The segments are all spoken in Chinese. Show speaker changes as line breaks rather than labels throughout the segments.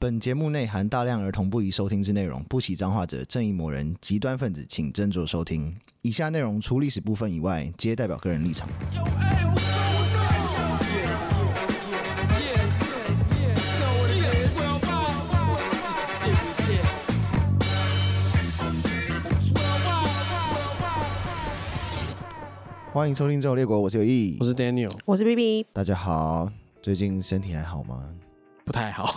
本节目内含大量儿童不宜收听之内容，不喜脏话者、正义魔人、极端分子，请斟酌收听。以下内容除历史部分以外，皆代表个人立场。欢迎收听《周游列国》，我是有意，
我是 Daniel，
我是 B B，
大家好，最近身体还好吗？
不太好，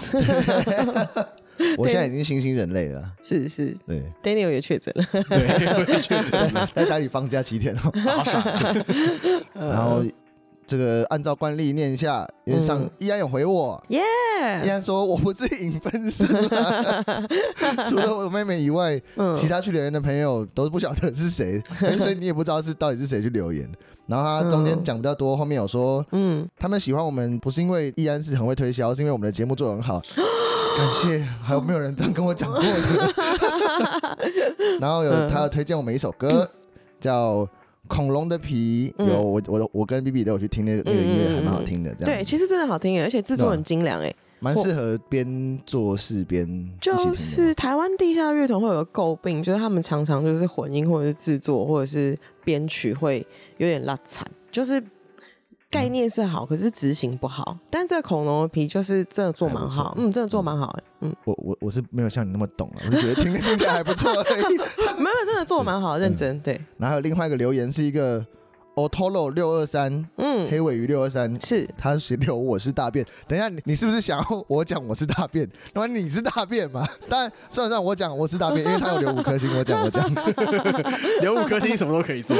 我现在已经新兴人类了，
是是
对，
，Daniel 也确诊了，
对，我也觉得
在家里放假几天哦，
好爽。
嗯
然
呃
后这个按照惯例念一下，因为上
嗯
依然有回我，
耶
依然说我不是影分身 啦，除了我妹妹以外，
嗯
其他去留言的朋友都不晓得是谁，所以你也不知道是到底是谁去留言。然后他中间讲比较多，后面有说
嗯，
他们喜欢我们不是因为依然是很会推销，是因为我们的节目做得 很好。感谢，还有没有人这样跟我讲过 的？然后
嗯
有他有推荐我们一首 歌，叫《恐龙的皮》，
嗯
有我我我跟 B B 都有去听那个那个音
嗯嗯
乐，
嗯
还蛮好听的，这样
对，其实真的好听耶，而且制作很精良哎，
蛮适合边做事边
就
啊一起听的。
是台湾地下乐团会有个诟病，就是他们常常就是混音或者是制作或者是编曲会有点拉惨，就是。概念是
嗯
好，可是执行不好。但这个恐龙的皮就是真的做蛮
还
好，
不错
嗯，真的做蛮好、欸，嗯，
我我我是没有像你那么懂啊了，我是觉得听听起来还不错而 已。
没有，真的做蛮
嗯
好，认真，对，
然后还有另外一个留言是一个 Otolo 六二三
嗯，
黑尾鱼六二三，
是
他写留我是大便，等一下你你是不是想要我讲我是大便？那么你是大便嘛？ 当然算了算了，我讲我是大便，因为他有留五颗星，我讲我讲，
有五颗星，什么都可 以做，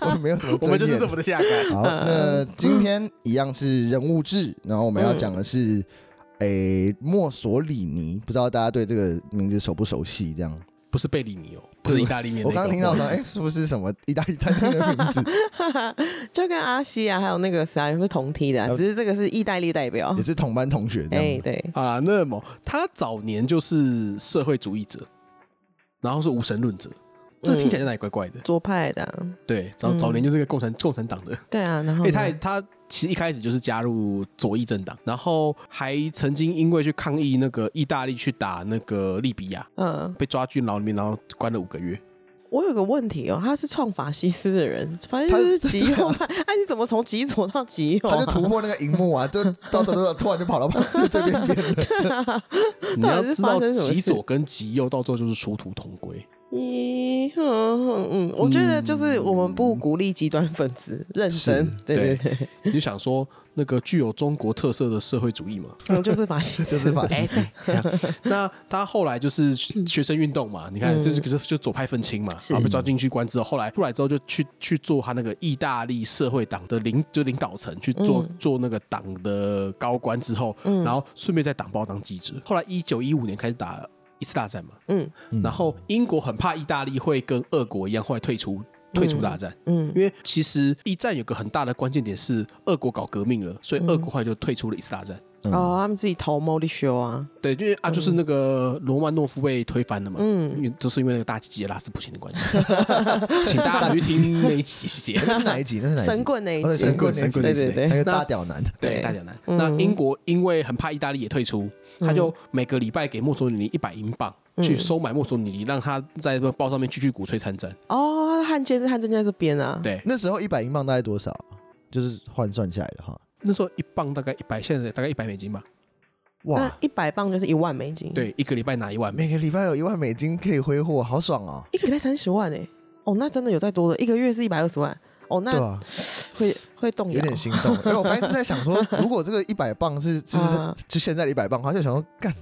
我没有怎么
我
尊
们就是
严
这么的下杆。
好，那今天一样是人物志，然后我们要讲的
嗯
是，诶、墨索里尼，不知道大家对这个名字熟不熟悉？这样，
不是贝里尼哦，不是意大利面那个。
我刚刚听到
不
说，
好意
诶、
思
是不是什么意大利餐厅的名 字？
就跟阿西啊，还有那个谁啊，不是同梯的、啊，只是这个是意大利代表
哦
嗯
也。是同班同学这样。
哎、对，
啊，那么他早年就是社会主义者，然后是无神论者，这听起来哪里怪怪的？
左派的啊、
对，早早年就是个共产共产党的。
对啊，然
因
后呢
为他也他其实一开始就是加入左翼政党，然后还曾经因为去抗议那个意大利去打那个利比亚，
嗯，
被抓进牢里面，然后关了五个月。
我有个问题哦，他是创法西斯的人， 反正就是极右派，哎、你怎么从极左到极右、
他
啊？
就 突破那个荧幕啊，就到走走走，突然就跑到跑到这边变 了。
你
到
要
底是
知
发
道，
生什么
极
事
左跟极右到最后就是殊途同归。
咦，嗯嗯，我觉得就是我们不鼓励极端分子，认
是
真，对对对，
你就想说，那个具有中国特色的社会主义嘛？
嗯， 就是法西斯，
就是法西斯
那他后来就是学生运动嘛，你看，就是就是就左派愤青嘛，
嗯是
然后被抓进去关之后，后来出来之后就去去做他那个意大利社会党的领就领导层去做
嗯
做那个党的高官之后，然后顺便在党报当记者。后来一九一五年开始打一次大战嘛，
嗯
然后英国很怕意大利会跟俄国一样，后来退出退出大战，
嗯
因为其实一战有个很大的关键点是俄国搞革命了，所以
嗯
俄国后来就退出了一次大战。
哦，他们自己投 m o d i s 啊，
对，因为啊，就是那个罗曼诺夫被推翻了嘛，
嗯
嗯，都是因为那个大吉吉拉斯普琴的关 系，请大家回去听那一集节。
那是哪一集？那是哪一集？
神棍那一
哦对
集，
神棍那一集，
对对对
还有大屌男。
对，
对嗯
大家难。那英国因为很怕意大利也退出，他就每个礼拜给墨索里尼一百英镑
嗯
去收买墨索里尼，让他在那个报上面继续鼓吹参战。
哦，汉奸是汉奸在这边啊，
对，
那时候一百英镑大概多少？啊就是换算下来的哈。
那时候一磅大概一百，现在大概一百美金吧。
那
哇，
一百磅就是一万美金，，
对，一个礼拜拿一万 美。
每个礼拜有一万美金可以挥霍，好爽哦！
一个礼拜三十万哎、哦，那真的有再多的，一个月是一百二十万，哦，
对
那
吧？
会、会动
有
摇，
点心动，因为我刚才一直在想说，如果这个一百磅是就是
嗯
就现在的一百磅，他就想说干。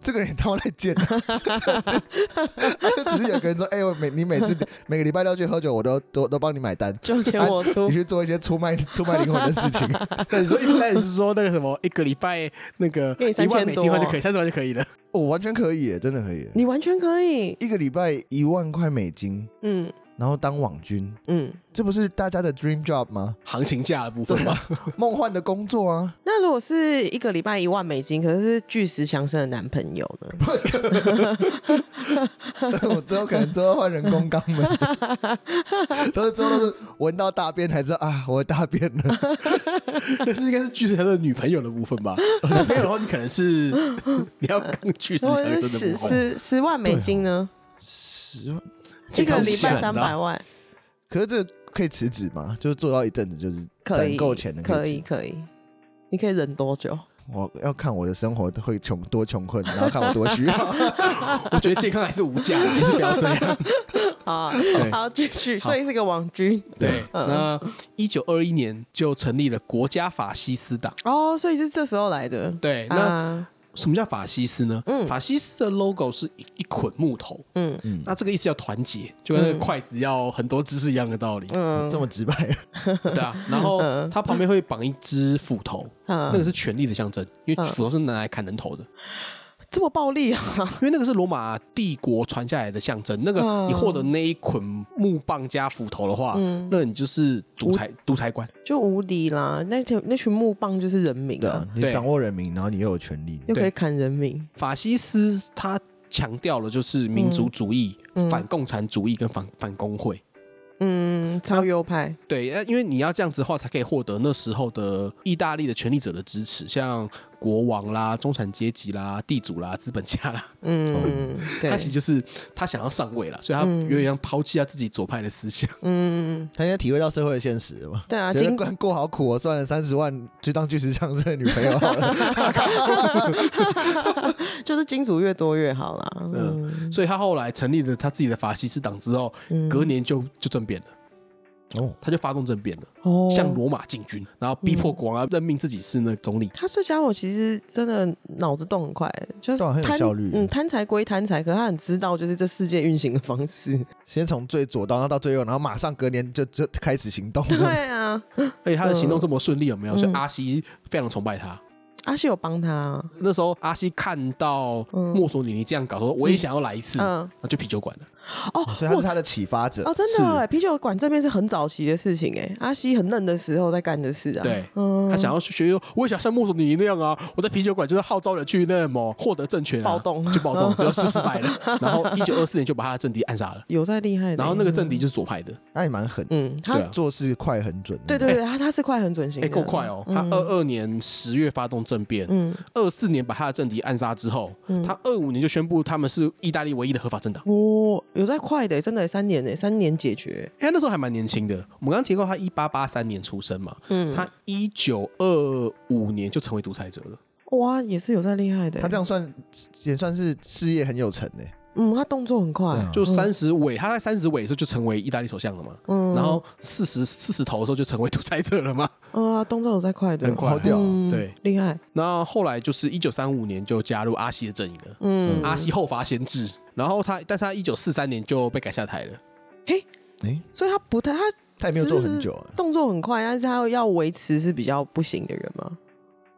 这个人也他妈太贱了， 只是 有个人说：“哎、我每你每次每个礼拜六去喝酒，我都都都帮你买单，
就钱我出
你，去做一些出卖出卖灵魂的 事情。
对，所以一开始是说那个什么，一个礼拜那个
给你
一万
3000
美金的话
多
就可以，三十万就可以了。
哦我、完全可以耶，真的可以耶。
你完全可以，
一个礼拜一万块美金，
嗯，
然后当网军，
嗯，
这不是大家的 dream job 吗？
行情价的部分吧。
梦幻的工作啊！
那如果是一个礼拜一万美金，可是巨石强森的男朋友呢？
我最后可能最后换人工肛 门，都是最后都是闻到大便才知道啊，我的大便了。
那是应该是巨石强森的女朋友的部 分吧？男朋友的话，你可能是你 要跟巨石
如
强
果
森
是
的
十
部分。
十十万美金呢？
十万，
一
健
个
康
礼
是
拜
很
三
难的
百
啊
万，
可是这个可以辞职吗？就是做到一阵子，就是
可以
攒够钱的
可
以
以
辞职。
可以，你可以忍多久？
我要看我的生活会穷多穷困，然后看我多需要。
我觉得健康还是无价的，还是不要这样。
好
对
好继续，所以是个网军
对，
嗯
那一九二一年就成立了国家法西斯党。
哦，所以是这时候来的。
对，那、
啊，
什么叫法西斯呢？
嗯
法西斯的 logo 是一一捆木头，
嗯
那这个意思要团结，就跟那个筷子要很多只是一样的道理，
嗯
这么直白，
对啊。然后它旁边会绑一只斧头，那
嗯，
个是权力的象征，因为斧头是拿来砍人头的，
这么暴力啊！
因为那个是罗马帝国传下来的象征。那个
嗯
你获得那一捆木棒加斧头的话，那你就是独裁独裁官。
就无敌啦！那群那群木棒就是人民
对
啊
啊，，你
对
掌握人民，然后你又有权利，
又可以
对
砍人民。
法西斯他强调了就是民族主义、
嗯
反共产主义跟反反工会。
嗯，超右派。
对，呃因为你要这样子的话，才可以获得那时候的意大利的权力者的支持，像国王啦、中产阶级啦、地主啦、资本家啦，
嗯，对
哦他，其实就是他想要上位了，所以他
嗯
有点像抛弃他自己左派的思想。
嗯，
他现在体会到社会的现实了嘛。
对啊，
觉得
经
过过好苦哦，赚了三十万去当巨石强森的女朋友好了。
就是金主越多越好啦。嗯
所以他后来成立了他自己的法西斯党之后，
嗯
隔年就就政变 了，
哦，
他就发动政变了，
哦，嗯
向罗马进军，然后逼迫国王要啊任命自己是那个总理。
他这家伙其实真的脑子动很快，就是
对啊很有
贪
效率
嗯，贪财归贪财，可他很知道就是这世界运行的方式。
先从最左到到最右，然后马上隔年就就开始行动。
对啊，
而且他的行动这么顺利，有没有？所以
嗯
阿西非常崇拜他。
阿西有帮他，啊
那时候阿西看到
嗯
墨索里尼这样搞，说我也想要来一次，
嗯，
那就啤酒馆了。
哦，
所以他
我
是他的启发者
哦，。真的哎，啤酒馆这边是很早期的事情哎，阿西很嫩的时候在干的事啊。
对
嗯
他想要学，我也想像墨索里尼那样啊！我在啤酒馆就是号召人去那么获得政权、啊，
暴动
就暴 动，就失失败了。然后一九二四年就把他的政敌暗杀了，
有在厉害的。欸
然后那个政敌就是左派的，
那也蛮狠，
嗯，他
对啊
做事快很准。
对对对，他他是快很准型
哎、
的，
够快哦！他二二年十月发动政变，
嗯，
二四年把他的政敌暗杀之后，他二五年就宣布他们是意大利唯一的合法政党。
哦，有在快的，真的三年呢，三年解决，
哎、他那时候还蛮年轻的，我们刚刚提过他一八八三年出生嘛，
嗯，
他一九二五年就成为独裁者
哦
了。
哇也是有在厉害的，
他这
样，
样算也算是事业很有成诶。
嗯，他动作很
对
快
啊，
就三十尾，他在三十尾的时候就成为意大利首相了嘛。
嗯，
然后四十四十头的时候就成为独裁者了嘛，
嗯啊，动作有在快的，
很快
好屌哦
嗯
对，
厉害，
那后来就是一九三五年就加入阿西的阵营了，
嗯，
阿西后发先至。然后他，但是他一九四三年就被赶下台了。
哎，
所以他不太，他
他也没有做很久啊。
动作很快，但是他要维持是比较不行的人嘛，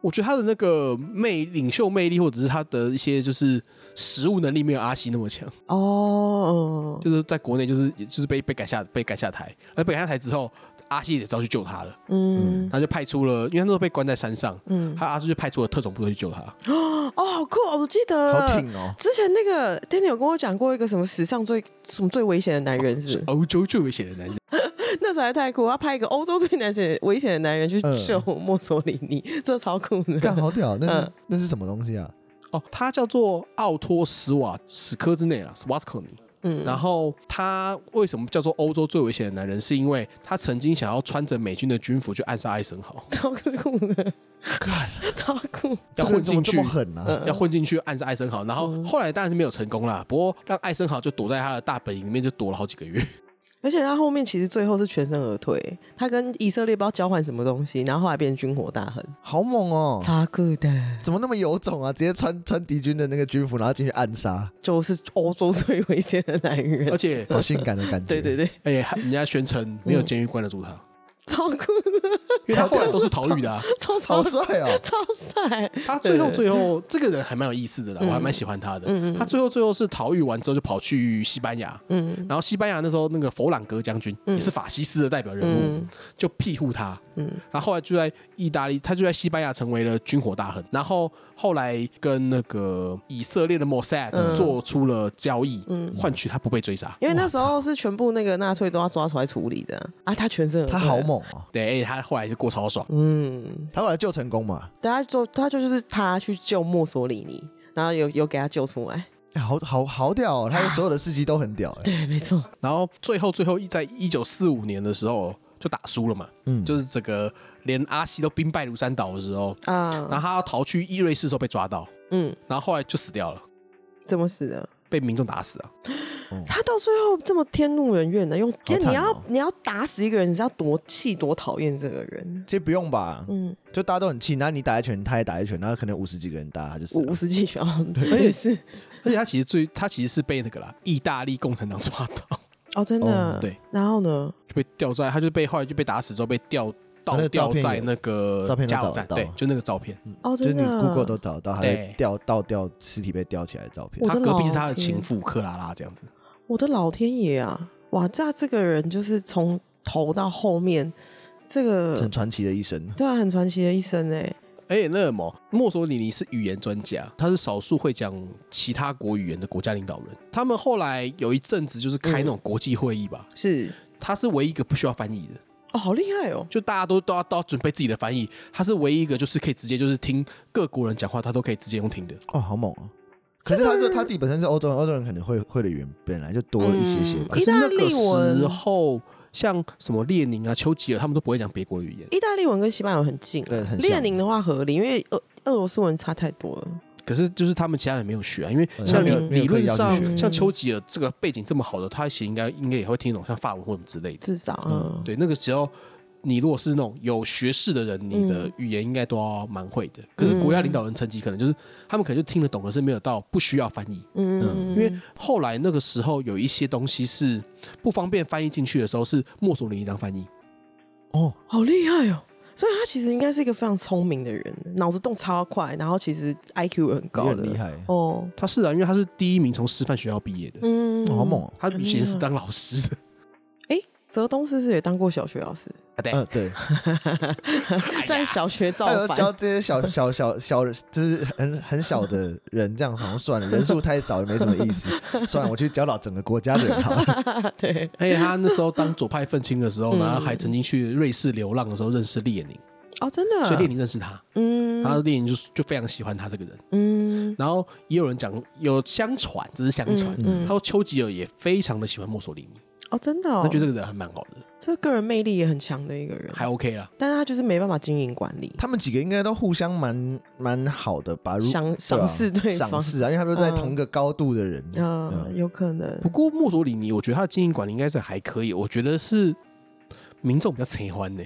我觉得他的那个魅领袖魅力，或者是他的一些就是实务能力没有阿西那么强，
哦，嗯
就是在国内就是就是被被赶下被赶下台，而被赶下台之后，阿西也知道去救他了，
嗯
他就派出了，因为他那时候被关在山上，
嗯，
他阿叔就派出了特种部队去救他。
哦，好酷哦，我记得，
好挺哦，
之前那个 Danny 有跟我讲过一个什么史上最什么最危险的男人，是不是？
欧洲最危险的男人，
那时候还太酷，他拍一个欧洲最难写危险的男人去
嗯
救墨索里尼， 这超酷
干
的。
好屌，啊那是
嗯
那是什么东西啊？
哦，他叫做奥托斯瓦史科之内啦，斯瓦斯科尼。
嗯，
然后他为什么叫做欧洲最危险的男人？是因为他曾经想要穿着美军的军服去暗杀艾森豪，
超酷的，
干，
超酷。
这个
要混
人怎么
进
这
去
么，狠啊？
嗯
要混进去暗杀艾森豪。然后后来当然是没有成功啦，不过让艾森豪就躲在他的大本营里面就躲了好几个月。
而且他后面其实最后是全身而退，他跟以色列不知道交换什么东西，然后后来变成军火大亨，
好猛哦！
超酷的，
怎么那么有种啊？直接穿穿敌军的那个军服，然后进去暗杀，
就是欧洲最危险的男
而
人。
且，
好性感的感觉。
对对对，
哎、还人家宣称没有监狱关得住他。
超酷的，
因为他后来都是逃狱的、啊。
超
好
超
帅 哦！
超帅，
他最后最后这个人还蛮有意思
嗯
的啦，我还蛮喜欢他的。他最后最后是逃狱完之后就跑去西班牙，
嗯
然后西班牙那时候那个弗朗哥将军也是法西斯的代表人物
嗯，
就庇护他。
嗯
然后后来就在意大利，他就在西班牙成为了军火大亨，然后后来跟那个以色列的 Mossad
嗯
做出了交易，
嗯，
换取他不被追杀。
因为那时候是全部那个纳粹都要抓出来处理的啊，他全身而退
他好，猛哦！
对，哎他后来是过超爽。
嗯，
他后来救成功嘛？
对他就他就是他去救墨索里尼，然后有有给他救出来，
哎好好好屌哦！他的所有的事迹都很屌哎。
对，没错，
然后最后最后一在一九四五年的时候就打输了嘛，
嗯，
就是这个连阿西都兵败如山倒的时候，
嗯
然
啊，
后他要逃去伊瑞士的时候被抓到，
嗯，
然后后来就死掉了，
怎么死的？
被民众打死了。
他到最后这么天怒人怨的，用天
惨
你要
哦
你要打死一个人，你是要多气多讨厌这个人？
这不用吧？
嗯，
就大家都很气，然后你打一拳，他也打一拳，然后可能五十几个人打，他就死
五
了。
十几拳，
而 且
也是
而且他其实最他其实是被那个啦意大利共产党抓到，
哦，真的
哦
对，
然后呢？
就被吊在，他就被后来就被打死之后被吊
他那
倒
个照
吊
片有
在那个
照片都
加
找
油
得
站，
到
对，就那个照片。
哦，
嗯就是
真
你
的
Google 都找得到，还会
对
掉倒掉尸体被吊起来的照片
我。
他
的
隔壁是
老
他的情
天
妇克拉拉这样子，
我的老天爷啊！哇，这这个人就是从头到后面，这个
很传奇的一生，
对啊，很传奇的一生哎、
而且那么墨索里尼是语言专家，他是少数会讲其他国语言的国家领导人。他们后来有一阵子就是开
嗯
那种国际会议吧，
是
他是唯一一个不需要翻译的，
哦，好厉害哦！
就大家都都要都要准备自己的翻译，他是唯一一个就是可以直接就是听各国人讲话，他都可以直接用听的。
哦，好猛哦！可是他是他自己本身是欧洲人，欧洲人可能会会的语言本来就多了一些些吧
嗯
可。是那个
意大利文
时候，像什么列宁啊、丘吉尔他们都不会讲别国的语言，
意大利文跟西班牙文很近
对
啊
很，像
列宁的话合理，因为俄俄罗斯文差太多了。
可是就是他们其他人没有学啊，因为
嗯
像
没
理
有
没有
理论
刻意要去
上
学
像丘吉尔这个背景这么好的，他其实应该应该也会听懂像法文或什么之类的。
至少嗯
嗯
对，那个时候你如果是那种有学士的人，你
嗯
的语言应该都要蛮会的。可是国家领导人层级可能就是他们可能就听得懂，可是没有到不需要翻译。
嗯，
因为后来那个时候有一些东西是不方便翻译进去的时候，是墨索里尼当翻译。
哦，
好厉害哦！所以他其实应该是一个非常聪明的人，脑子动超快，然后其实 IQ 很
也
高的，
很厉害，
哦。
他是啊，因为他是第一名从师范学校毕业的，
嗯
哦好猛！哦！
他以前是当老师的。
哎，泽东是不是也当过小学老师？
对
嗯，对，
在小学造
他有
反，
教这些小小小小，就是很很小的人，这样好像算了，人数太少也没什么意 思。算了，我去教导整个国家的人好了。
对，
而且哎他那时候当左派愤青的时候，
嗯
然后还曾经去瑞士流浪的时候认识列宁，
哦，真的，
所以列宁认识他，
嗯，
然后列宁就就非常喜欢他这个人。
嗯，
然后也有人讲，有相传，这是相传，
嗯嗯
他说丘吉尔也非常的喜欢墨索里尼，
哦，真的哦，
他觉得这个人还蛮好的，
这个人魅力也很强的一个人，
还 OK 啦。
但是他就是没办法经营管理，
他们几个应该都互相蛮蛮好的吧？如
赏
对啊
赏识对方
赏识啊，嗯因为他们都在
嗯
同一个高度的人。
啊，有可能
不过墨索里尼，我觉得他的经营管理应该是还可以，我觉得是民众比较喜欢呢、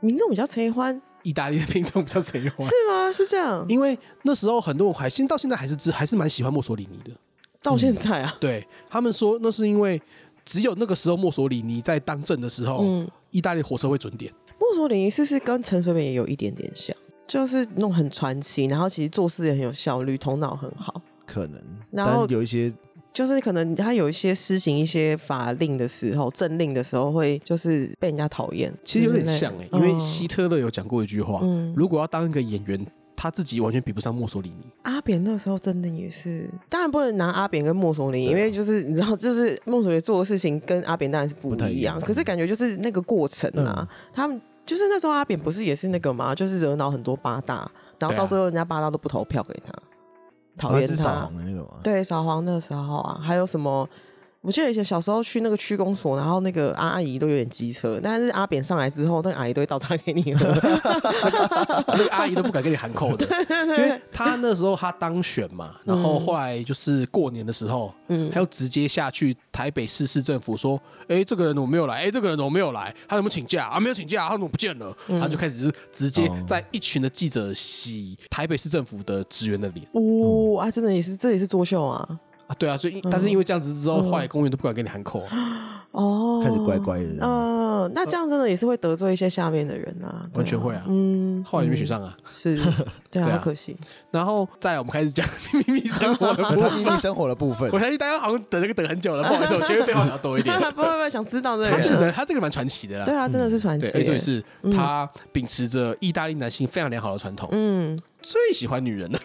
民众比较喜欢，
意大利的民众比较喜欢
是，吗？是这样，
因为那时候很多人还现到现在还是知还是蛮喜欢墨索里尼的。
到现在啊，
对他们说，那是因为只有那个时候墨索里尼在当政的时候，
哦
嗯，
意大利火车会准点。
墨索里尼是不是跟陈水扁也有一点点像？就是那种很传奇，然后其实做事也很有效率，头脑很好。
可能，
然后
但有一些
就是可能他有一些施行一些法令的时候，政令的时候会就是被人家讨厌，
其实有点像哎、
对
因为
嗯
希特勒有讲过一句话，
嗯
如果要当一个演员，他自己完全比不上墨索里 尼。
阿扁那时候真的也是，当然不能拿阿扁跟墨索里
啊
尼，因为就是你知道，就是墨索里尼做的事情跟阿扁当然是不
不太
一
一
样，
样嗯
可是感觉就是那个过程啊，他们就是那时候阿扁不是也是那个嘛，就是惹恼很多八大，然后
对啊
到最后人家八大都不投票给他，讨
好像
厌
是扫
他
黄，的那种啊。
对，扫黄的时候啊，还有什么？我记得以前小时候去那个区公所，然后那个阿姨都有点机车，但是阿扁上来之后，那个阿姨都会倒茶给你喝。
那个阿姨都不敢跟你喊扣的，因为他那时候他当选嘛，然后后来就是过年的时候，
嗯
他又直接下去台北市市政府说，哎、这个人怎么没有来？哎、这个人怎么没有来？他有没有请假啊？没有请假，他怎么不见了？
嗯
他就开始就是直接
哦
在一群的记者洗台北市政府的职员的脸
呜、啊，真的也是，这也是作秀啊！
啊，对
嗯
啊，所以但是因为这样子之后，后来公园都不敢跟你喊扣啊，
哦，
开始乖乖的这样，
嗯、嗯，
呃
那这样真的也是会得罪一些下面的人啊，对
完全会啊
嗯，
后来也没选上啊。
是，对
对
啊，
啊
好可惜，
然后再来，我们开始讲秘密生活的部
他
分。
秘密生活的部分
我，相信大家好像等这个等很久了，不好意思，我前面废话要多一
不
点。
不不，想知道这
他
个
是
人，啊
人，他这个蛮传奇的啦。
对啊，真的是传奇
对，
耶，
而且也是他秉持着意大利男性非常良好的传统，
嗯，
最喜欢女人 了。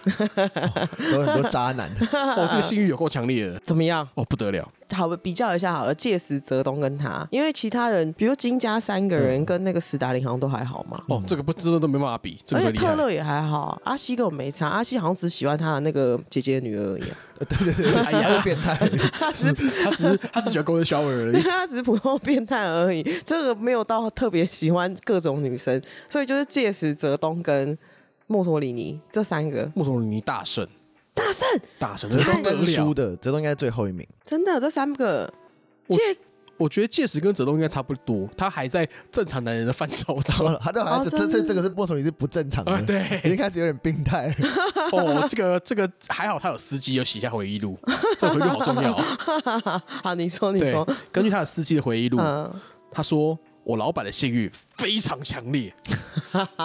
有很多渣男，
哦，这个性欲有够强烈的，
怎么样？
哦不得了。
好，比较一下好了，届时泽东跟他，因为其他人，比如金家三个
嗯
人跟那个斯达林好像都还好嘛，
哦，这个不真的都没办法比，这
而
个
且
最厉害
特。勒也还好，啊阿西跟我没差，阿西好像只喜欢他的那个姐姐的女儿而已啊、
哎
他是
呀，
变态，
他只他只是他只喜欢 golden shower 而
因为
已。
他只是普通变态而已， 这个没有到特别喜欢各种女生，所以就是届时泽东跟墨托里尼这三个
穆索里尼大胜，
大胜，
大胜，
泽
这
东
不得
跟输
了。
的，泽东应该最后一名，
真的这三个
我
届
我觉得介石跟泽东应该差不多，他还在正常男人的范畴 中。
他都好像
哦
这这这
真的
这个是莫索里是不正常
啊，
的，已
对，
经开始有点病态了，
哦，这个这个还好，他有司机有写下回忆录，这种回忆录好重 要哦。
好，你说你
对
说，，
根据他的司机的回忆录，
嗯，
他说我老板的性欲非常强 烈，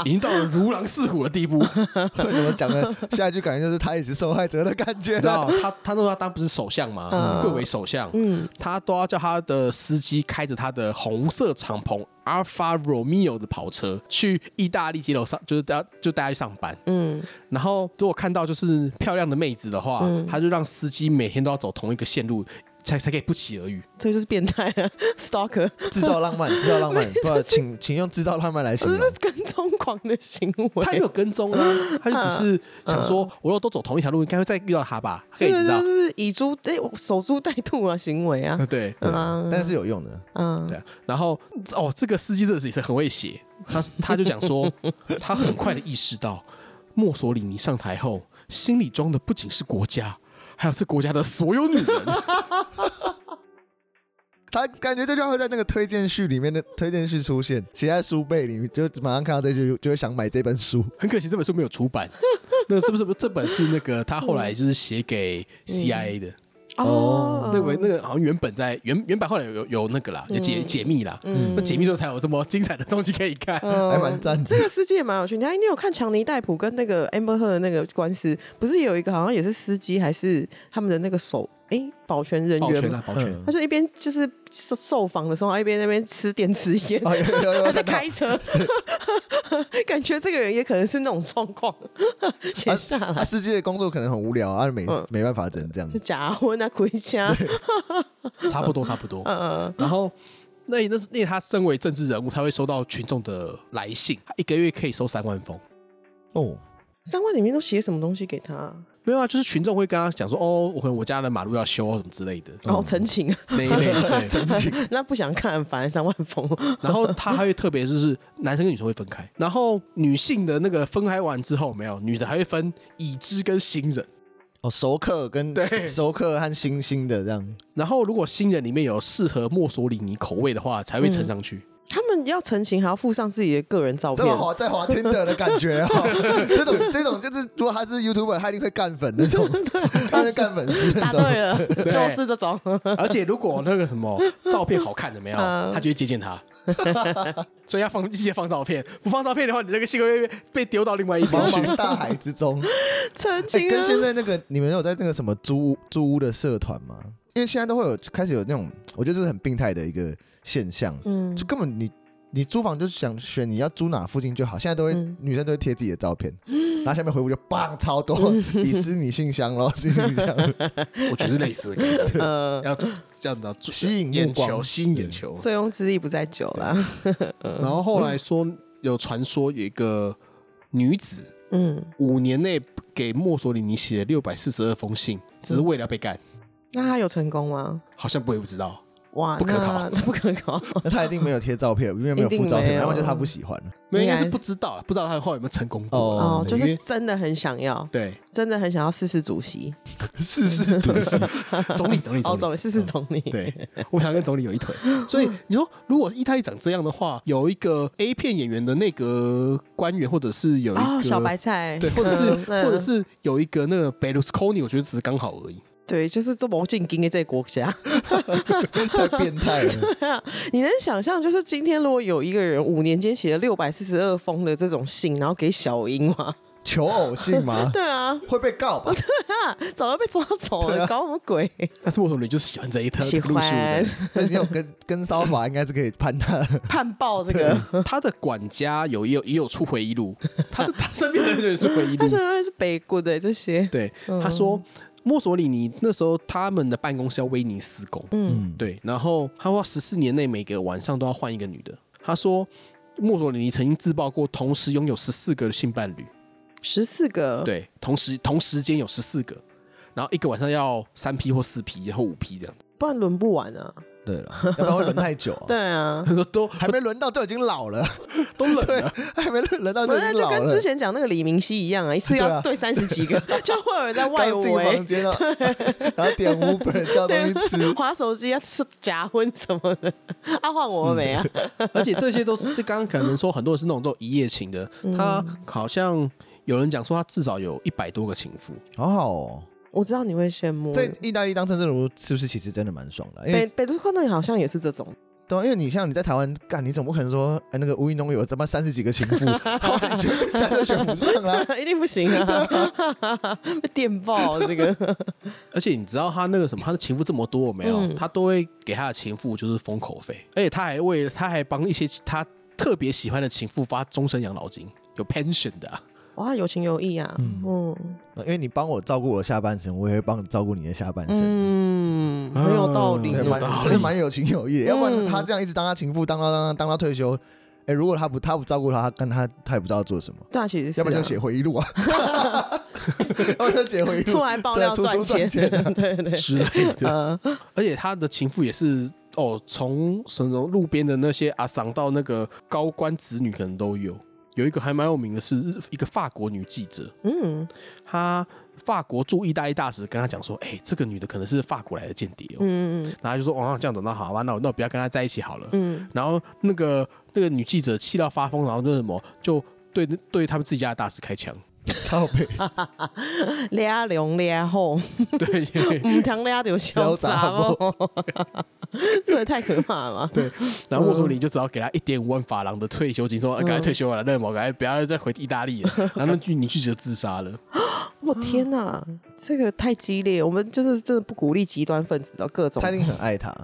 已经到了如狼似虎的地步。
为什么讲的下一句感觉就是他也是受害者的感觉
你知道他他那时候他当不是首相嘛，
嗯
贵为首相，他都要叫他的司机开着他的红色敞篷阿尔法罗密欧的跑车去意大利街头上，就是大家就大家去上班。
嗯，
然后如果看到就是漂亮的妹子的话，他就让司机每天都要走同一个线路，才才可以不期而遇。
这就是变态啊 ，stalker，
制造浪漫，制造浪漫，不，请请用制造浪漫来形
这
容。
是跟踪狂的行为。
他没有跟踪啊，他就只 是想说，我如果都走同一条路，应该会再遇到他吧？所
这
以你
个
知道
就，嗯是以猪哎守株待兔啊，行为啊，
对
对，但是有用的。
嗯，
对啊。然后哦，这个司机真的是也是很会写，他他就讲说，他很快的意识到，墨索里尼上台后，心里装的不仅是国家，还有这国家的所有女人。
他感觉这句话会在那个推荐序里面的推荐序出现，写在书背里面，就马上看到这句就会想买这本书。
很可惜这本书没有出版。那这不是这本是那个他后来就是写给 CIA 的，
哦
那本那个好像原本在原原版后来有有有那个啦，有解解密啦，那解密之后才有这么精彩的东西可以看。
还蛮赞的
这个司机也蛮有趣，你看，你有看强尼戴普跟那个 Amber Heard 的那个官司，不是有一个好像也是司机还是他们的那个手哎、保全人
保全
员
啦
啊
吗？，
保全。
他就一边就是受受访的时候，他一边那边吃电子烟，
哦，有有有
他
有
在
看到
开车， 感觉这个人也可能是那种状况，写下
啊，
来。
司机的工作可能很无聊啊，没
嗯
没办法，只能这样
是。假婚啊，回家，
差不多，差不多。然后，那那是因为他身为政治人物，他会收到群众的来信，他一个月可以收三万封。
哦，
三万里面都写什么东西给他啊？
没有啊，就是群众会跟他讲说，哦，我可能我家的马路要修什么之类的
然
哦
后哦陈情，啊
那一类的。对，
那不想看，反而三万封。
然后他还会特别就是男生跟女生会分开，然后女性的那个分开完之后，没有女的还会分已知跟新人。
哦，熟客跟
对
熟客和新兴的这样，
然后如果新人里面有适合墨索里尼口味的话，才会呈上去。
他们要成情还要附上自己的个人照
这
片，
么滑在滑 Tinder 的感觉哦。这种这种就是，如果他是 YouTuber，他一定会干粉那种，他是干粉丝那
答
种。
对了，就是这 种。
而且如果那个什么照片好看的没有，
嗯
他就会接见 他。所以要放，记得放照片。不放照片的话，你那个性格会被被丢到另外一边
茫
去。
茫大海之中，
陈
哎、
情
跟现
啊，
在那 个你们有在那个什么租屋租屋的社团吗？因为现在都会有开始有那种，我觉得这是很病态的一个现象，
嗯
就根本你你租房就是想选你要租哪附近就好，现在都会、
嗯
女生都会贴自己的照片，然后下面回复就棒超多，
嗯
已私你信箱咯，私信 箱，
我觉得是类似的，
呃，
要这样子要
吸引目
眼
光
球，吸引眼球。
醉翁之意不在酒啦。
然后后来说有传说有一个女子
嗯，
五年内给墨索里尼写了六百四十二封信，只是为了要被干，
那他有成功吗？
好像不会不知道。
哇，
不可考哦
那 不可考。
那他一定没有贴照片，因为没有
一定
附照
没
片，
有
要么就他不喜欢了。
没有，应该是
应该
不知道了，不知道他后来有没有成功过。
哦
哦，
对
就
因
是
为
真的很想要，
对，
真的很想要试试主席，
世 事主席，
总理，总理，总
哦，
理。
总理试试总理。
对，我想跟总理有一腿。所以你说，如果意大利长这样的话，有一个 A 片演员的内阁官员，或者是有一个、
哦，小白菜，
对，或者是、
嗯
或者是有一个那个 Berlusconi，我觉得只是刚好而已。
对，就是这么进京的这个国家，
太变态了。
你能想象，就是今天如果有一个人五年间写了六百四十二封的这种信，然后给小英吗？
求偶信吗？
对啊，
会被告吧？
早就被抓走
对
了，
啊
搞什么鬼？
但是为什么你就喜欢这一套这
喜
个路数
欢
的？
那你有跟跟骚法应该是可以判他的。
判爆这个，
他的管家有也有也有出回忆录，他的他身边的人也出回 忆
但是嗯
录。
因为是北国的这些，
对，他说墨索里尼那时候他们的办公室要威尼斯宫，
嗯，
对，然后他说十四年内每个晚上都要换一个女的。他说墨索里尼曾经自曝过，同时拥有十四个性伴侣，
十四个，
对，同时同时间有十四个，然后一个晚上要三批或四批或五批这样子。
不然轮不完啊。
对了，要不然会轮太久啊。
对啊，
他说都
还没轮到就已经老 了，
都冷
对
了，，
还没轮到就已
那
经
就
老
跟
了
之。前讲那个李明熙一样啊，一次
对
要
啊
对三十 几个，就会有人在外
刚进
围
房，间了，然后 点 Uber 叫东
对啊
西吃，，
划手机要吃假婚什么的，啊，换我没啊？
嗯
而且这些都是这刚刚可能说很多人是那种这种一夜情的，他好像有人讲说他至少有一百多个情妇，
好好哦。
我知道你会羡慕。
在意大利当政治人物是不是其实真的蛮爽的？因
北
为
北都快乐好像也是这种，
对啊，因为你像你在台湾干，你总不可能说哎那个吴一农有他妈三十几个情妇， 然后你就一下就选不上啦。
一定不行啊， 被电爆这个。
而且你知道他那个什么，他的情妇这么多有没有？
嗯
他都会给他的情妇就是封口费，而且他还为了他还帮一些他特别喜欢的情妇发终身养老金，有 pension 的、啊。
哇，有情有义啊，嗯
呃因为你帮我照顾我下半身，我也会帮你照顾你的下半身。
嗯，
啊
很有道理
嗯
对，
有
蛮
道理
真的蛮有情有义的，要不然
嗯
他这样一直当他情妇，当到当到当到退休，哎，如果他不他不照顾他，他跟他他也不知道做什么，
对啊，其实是
要不然
啊
就写回忆录啊， 要不然就写回忆录，
出来爆料
出
赚
书
钱，
钱啊，
对对对，
之类的。
嗯
而且他的情妇也是哦，从什么路边的那些阿桑到那个高官子女，可能都有。有一个还蛮有名的是日一个法国女记者，
嗯
她法国驻意大利大使跟她讲说，哎、这个女的可能是法国来的间谍哦。
嗯
然后她就说，哦，这样子那好吧，那我那我不要跟她在一起好了。
嗯，
然后那个那个女记者气到发疯，然后就什么就对对他们自己家的大使开枪，
靠 背
俩龙俩后，
对
唔通俩就潇洒哦， 这也太可怕了吧。
对，然后墨索里尼就只好给他一点五万法郎的退休金，
嗯
说啊赶快退休了，那么赶快不要再回意大利 了。然后那句女记者自杀了，
我天哪，这个太激烈！我们就是真的不鼓励极端分子的各种
他一。定很爱他。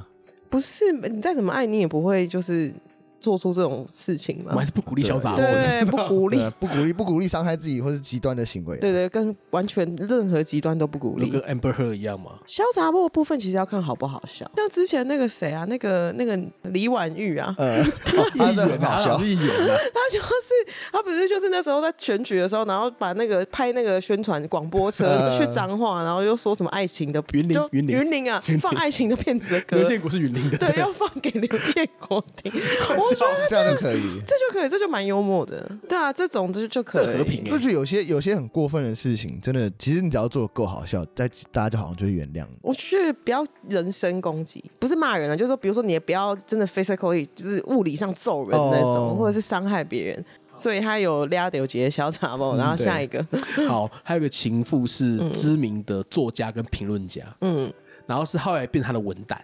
不是你再怎么爱，你也不会就是做出这种事情
我们
嘛
还。是不鼓励潇洒
打
货
我知
的。
对，不鼓励
对。啊，不鼓励不鼓励伤害自己或是极端的行为。啊
对对，跟完全任何极端都不鼓
就
励。
跟 Amber Heard 一样嘛，
潇洒波的部分其实要看好不好笑，像之前那个谁啊，那个那个李婉玉啊，
呃，他这很好笑
啊，议员啊，
他就是他不是就是那时候在选举的时候，然后把那个拍那个宣传广播车
呃
去彰化，然后又说什么爱情的
云林
就
云林
云林啊
云林，
放爱情的骗子的歌
刘，建国是云林的，
对，要放给刘建国听， 我觉得
这样就可 以。
这就可以，这就蛮幽默的。对啊，这种就就可
这
以
和平欸
就是有些有些很过分的事情，真的，其实你只要做的够好笑，在大家就好像就会原谅你。
我觉得不要人身攻击，不是骂人啊，就是说，比如说你也不要真的 physically 就是物理上揍人那种，
哦
或者是伤害别人。所以他有俩有节小茶
嗯
包，然后下一个，
好，还有一个情妇是知名的作家跟评论家，
嗯，
然后是后来变他的文胆，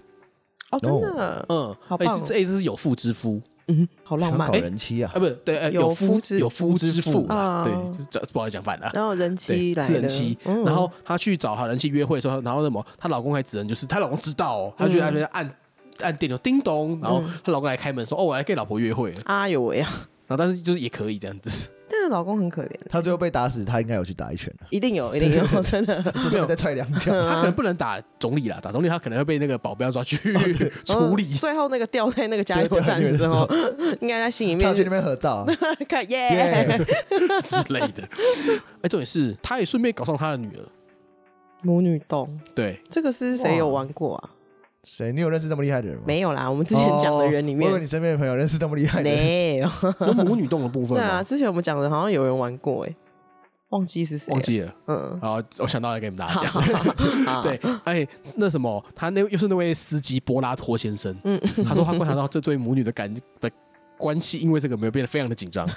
哦，真的，
嗯，
好
哎
棒哦
是哎这是有妇之夫，
嗯，好浪
想
漫哎
搞。人妻啊
啊，，不对，呃
有
有
夫
夫
之
有夫之妇啊，
啊
对，这这不好意思讲反了。
然后人
对
妻来
是
了，
人妻，
嗯
然后她去找好人妻约会的时候，然后什么，她老公还指认就是她老公知道哦，她觉得她就在按按电钮叮咚，然后
嗯
她老公来开门说哦我来跟老婆约会了，
啊有喂啊，
然后但是就是也可以这样子，
但是老公很可怜，
他最后被打死，他应该有去打一拳啊的，
一定有，一定有，真的。
是不是再踹两脚？
嗯
啊
她 可能不能打总理啦，打总理她可能会被那个保镖抓去 处理
嗯，最后那个掉在那个加油
对
站
掉在那个
之后，应该在心里
他
面
去那边合 照，啊
看
耶
耶，嗯
之类的。哎，重点是她也顺便搞上她的女儿，
母女洞，
对，
这个是谁有玩过啊？
谁？你有认识这么厉害的人吗？
没有啦，我们之前讲的人里
哦
面
我以 为你身边的朋友认识这么厉害的人，
没有。
有母女洞的部分
对啊，
吗？
之前我们讲的好像有人玩过哎、忘记是谁了，
忘记了，
嗯，
好，我想到来给你们大
好
家讲。
好，
对，哎，那什
嗯
么，他那又是那位司机波拉托先生，他说他观察到这对母女的感的关系因为这个没有变得非常的紧张。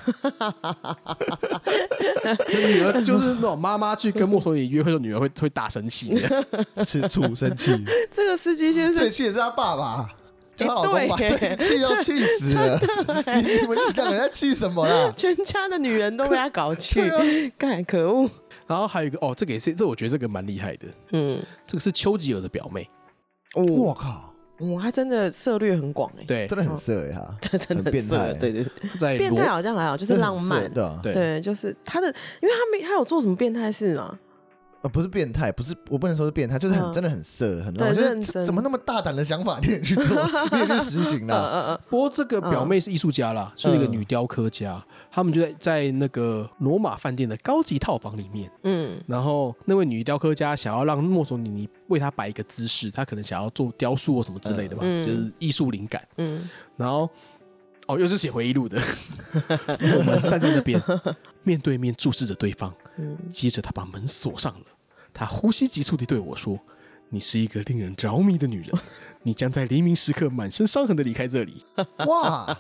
女儿就是那种妈妈去跟墨索里约会的时候，女儿会会大生气的。
吃 醋生气，
这个司机先生
最气的是他爸爸，就他老公把
哎对
最
耶
气都气死 了。你你们两个人在气什么 啦？
全家的女人都被他搞去
对，啊
干、可恶！
然后还有一个哦，这个也是，这我觉得这个蛮厉害的，
嗯，
这个是丘吉尔的表妹，
我
我靠，
哇，哦他真的涉略很广哎、
对
真，的很色哎他，
他真的
很变
色
态
对对对，
在
变
罗
态好像还好，就是
真的很
浪漫
色，对啊
对
对，就是他的，因为他没他有做什么变态事嘛，
呃，不是变态，不是我不能说是变态，就是很
嗯
真的很色，很浪漫，
对
就是
认
这
真
怎么那么大胆的想法你也去做，你也去实行
嗯
啦？
嗯嗯，
不过这个表妹是艺术家啦，是一个女雕刻家，他们就在在那个罗马饭店的高级套房里面，
嗯
然后那位女雕刻家想要让墨索里尼为她摆一个姿势，她可能想要做雕塑或什么之类的吧，
嗯
就是艺术灵感。
嗯，
然后哦，又是写回忆录的， 我们站在那边，面对面注视着对方，接着她把门锁上了，她呼吸急促地对我说：“你是一个令人着迷的 女人，你将在黎明时刻满身伤痕地离开这里。”
哇，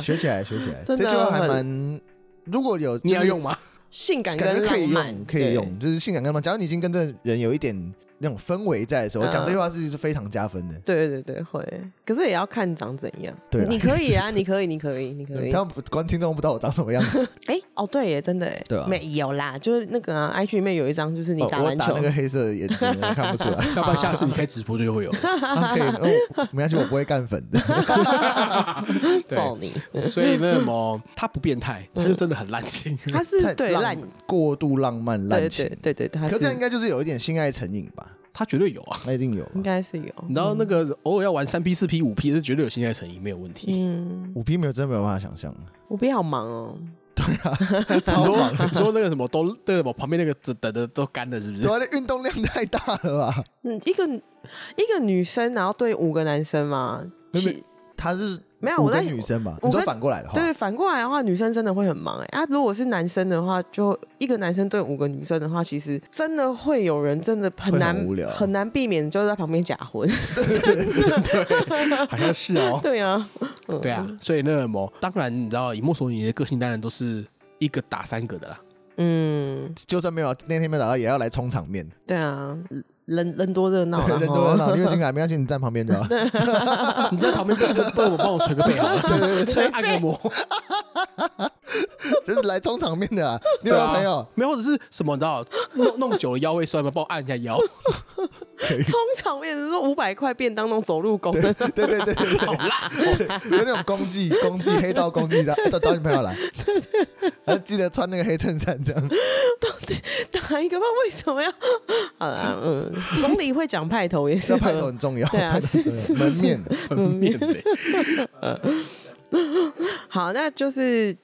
学起来，学起来，这
真的
句话还
很
蛮，如果有
你
就
要
是
用吗？
性感
感
跟
觉可
浪
以用，
漫
可以用，，就是性感跟浪漫。假如你已经跟这个人有一点那种氛围在的时候，
嗯
讲这句话是是非常加分的。
对对对对，会，可是也要看长怎样，
对啦
你可以 啊，你可以，你可以，你可以
嗯他，们不观听众不知道我长什么样子，
哎、哦对耶，真的耶，
对啊
没有啦，就是那个、啊、IG 里面有一张就是 你
哦
打
我
篮
打
球，
那个黑色的眼睛，我看不出 来。
要不然下次你开直播就会有。
啊可以，哦没关系，我不会干粉 的。
揍你，
所以那么他不变态，他就真的很滥情。
他
太
是对
浪
烂，
过度浪漫滥
对
情
对，对对，他
可
是
这样应该就是有一点性爱成瘾吧？
他绝对有啊。
那一定有吧，
应该是有，
你知道那个偶尔要玩三 P、四 P、五 P 是绝对有心爱成瘾，没有问题。
嗯，
五 P 没有真的没有办法想象，
我比较忙哦，
你说你说那个什么都那个什么旁边那个等等的都干了，是不
对
是？
啊，那运动量太大了吧？
嗯，一个一个女生，然后对五个男生嘛，
没有
其
他是
没有
五
我
个
在
女生吧？
我
你说
跟
反过来的话，
对反过来的话，女生真的会很忙哎、啊，如果是男生的话，就一个男生对五个女生的话，其实真的会有人真的很
会很
难
无聊
很难避免就是在旁边假婚，
对，好像是哦。
对啊，嗯
对啊，，所以那么当然你知道，以墨索里尼的个性，当然都是一个打三个的啦。
嗯，
就算没有那天没有打到，也要来冲场面，
对啊，人人多热闹啦，
人多
吼
人 少，你有进来，没关系，你站旁边就好。
你在旁边帮我帮我帮我捶个背好了，啊对对对，按个摩。
就是来冲场面的啊。你有没
对
有
啊，
朋友？
没有或者是什么？你知道弄弄久了腰会酸吗？帮我按一下腰。
冲场面是说五百块便当那种走路工，真的
对对对对对，好辣，有那种公祭公祭黑道公祭 这样，找找女朋友来，还记得穿那个黑衬衫这 样。
打一个吧，为什么要？ 好啦， 嗯，总理会讲派头也是
这派头很重要，
对啊
派头很重要
是是
门面。
面对，
好，那就是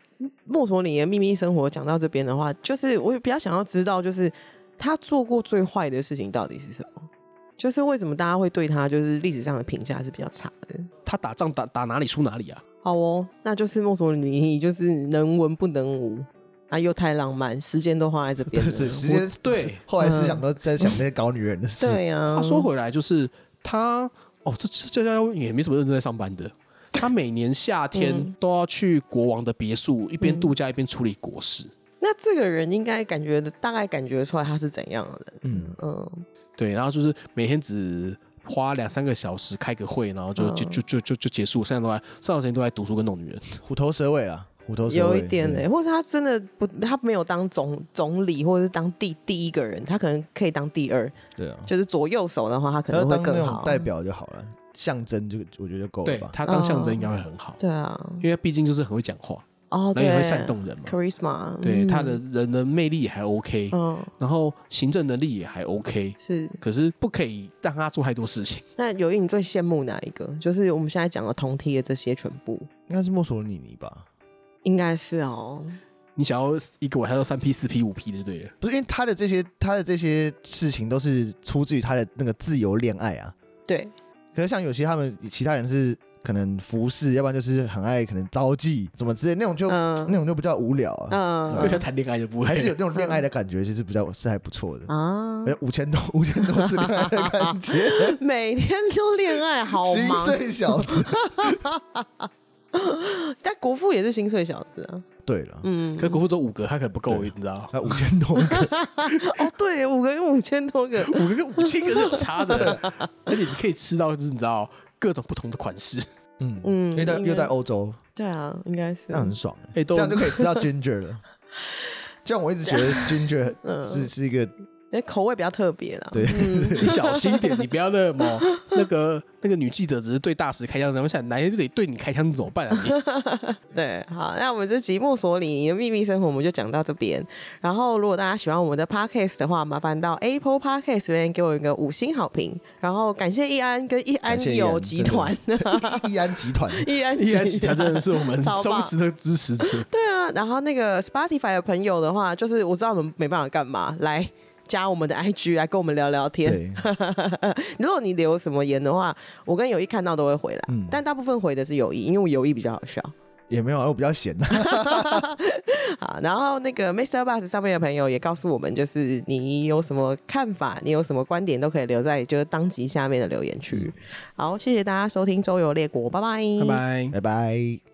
墨索里尼的秘密生活讲到这边的话，就是我比较想要知道，就是他做过最坏的事情到底是什么？就是为什么大家会对他就是历史上的评价是比较差的？
他打仗打打哪里输哪里啊？
好哦，那就是墨索里尼就是能文不能武啊，又太浪漫，时间都花在这边
对嗯
了。
对，时间
对，
后来思想都在想那些搞女人的事。
对啊呀、
他说回来就是他哦，这这家也没什么认真在上班的。他每年夏天
嗯
都要去国王的别墅，一边度假一边处理国事。
那这个人应该感觉大概感觉出来他是怎样的人。
嗯，
嗯，
对，然后就是每天只花两三个小时开个会，然后就
嗯
就就就就就结束，剩下都在剩下的时间都在读书跟弄女人。
虎头蛇尾啦，虎头蛇尾
有一点呢、
对
或是他真的不，他没有当总总理，或者是当第第一个人，他可能可以当第二，
对啊，
就是左右手的话，他可
他
能
就
会
当那
更
种
好。
代表就好了，象征就我觉得就够了
对
吧。
他当象征应该会很好，
对啊，
因为毕竟就是很会讲话，
嗯哦，
然后也
对，
会煽动人嘛。
charisma，
对，
嗯
他的人的魅力也还 OK，
嗯
然后行政能力也还 OK，
是。
可是不可以让他做太多事情。
那有你最羡慕哪一个？就是我们现在讲的同梯的这些全部，
应该是墨索里尼吧？
应该是哦。
你想要一个晚上要三 P、四 P、五 P 就对了。
不是因为他的这些他的这些事情都是出自于他的那个自由恋爱啊。
对，
可是像有些他们其他人是可能服侍，要不然就是很爱可能招妓怎么之类那种就、
嗯
那种就比较无聊啊，
因为
嗯
他谈恋爱就不会，
还是有那种恋爱的感觉，其实比较是还不错的。
啊，
而且五千多五千多次恋爱的感觉，
每天都恋爱，好
心
忙。
碎小子，
但国父也是心碎小子啊，
对了，
嗯，
可国父只有五个，他可能不够，你知道？
那五千多个，
哦，对，五个五千多个，
五个跟 五千个是有差的， 而且你可以吃到，就是你知道各种不同的款 式。
嗯
嗯
因为在
应该
又在欧洲，
对啊，应该是
那很爽欸，这
哎，都
样就可以吃到 ginger 了。这样我一直觉得 ginger
嗯
是是一个
那口味比较特别啦，
对
你小心点，你不要那么那个那个女记者只是对大使开枪，然后想男人就得对你开枪，怎么办啊？你
对，好，那我们这集《墨索里尼的秘密生活》我们就讲到这边。然后，如果大家喜欢我们的 podcast 的话，麻烦到 Apple Podcast 这边给我一个五星好评。然后，感谢易安跟易安
感谢易安
友集团，
易安集团，
易安
依然集团真的是我 们
超
忠
棒
实的支持者。
对啊。然后那个 Spotify 的朋友的话，就是我知道你们没办法干嘛，来加我们的 IG 来跟我们聊聊天。
对，
如果你留什么言的话，我跟友谊看到都会回来，
嗯
但大部分回的是友谊，因为我友谊比较好笑。
也没有啊，我比较闲啊，
好，然后那个 Mr. Bus 上面的朋友也告诉我们，就是你有什么看法，你有什么观点都可以留在就是当嗯
嗯
集下面的留言区。好，谢谢大家收听《周游列国》，拜拜，
拜
拜
拜。
拜。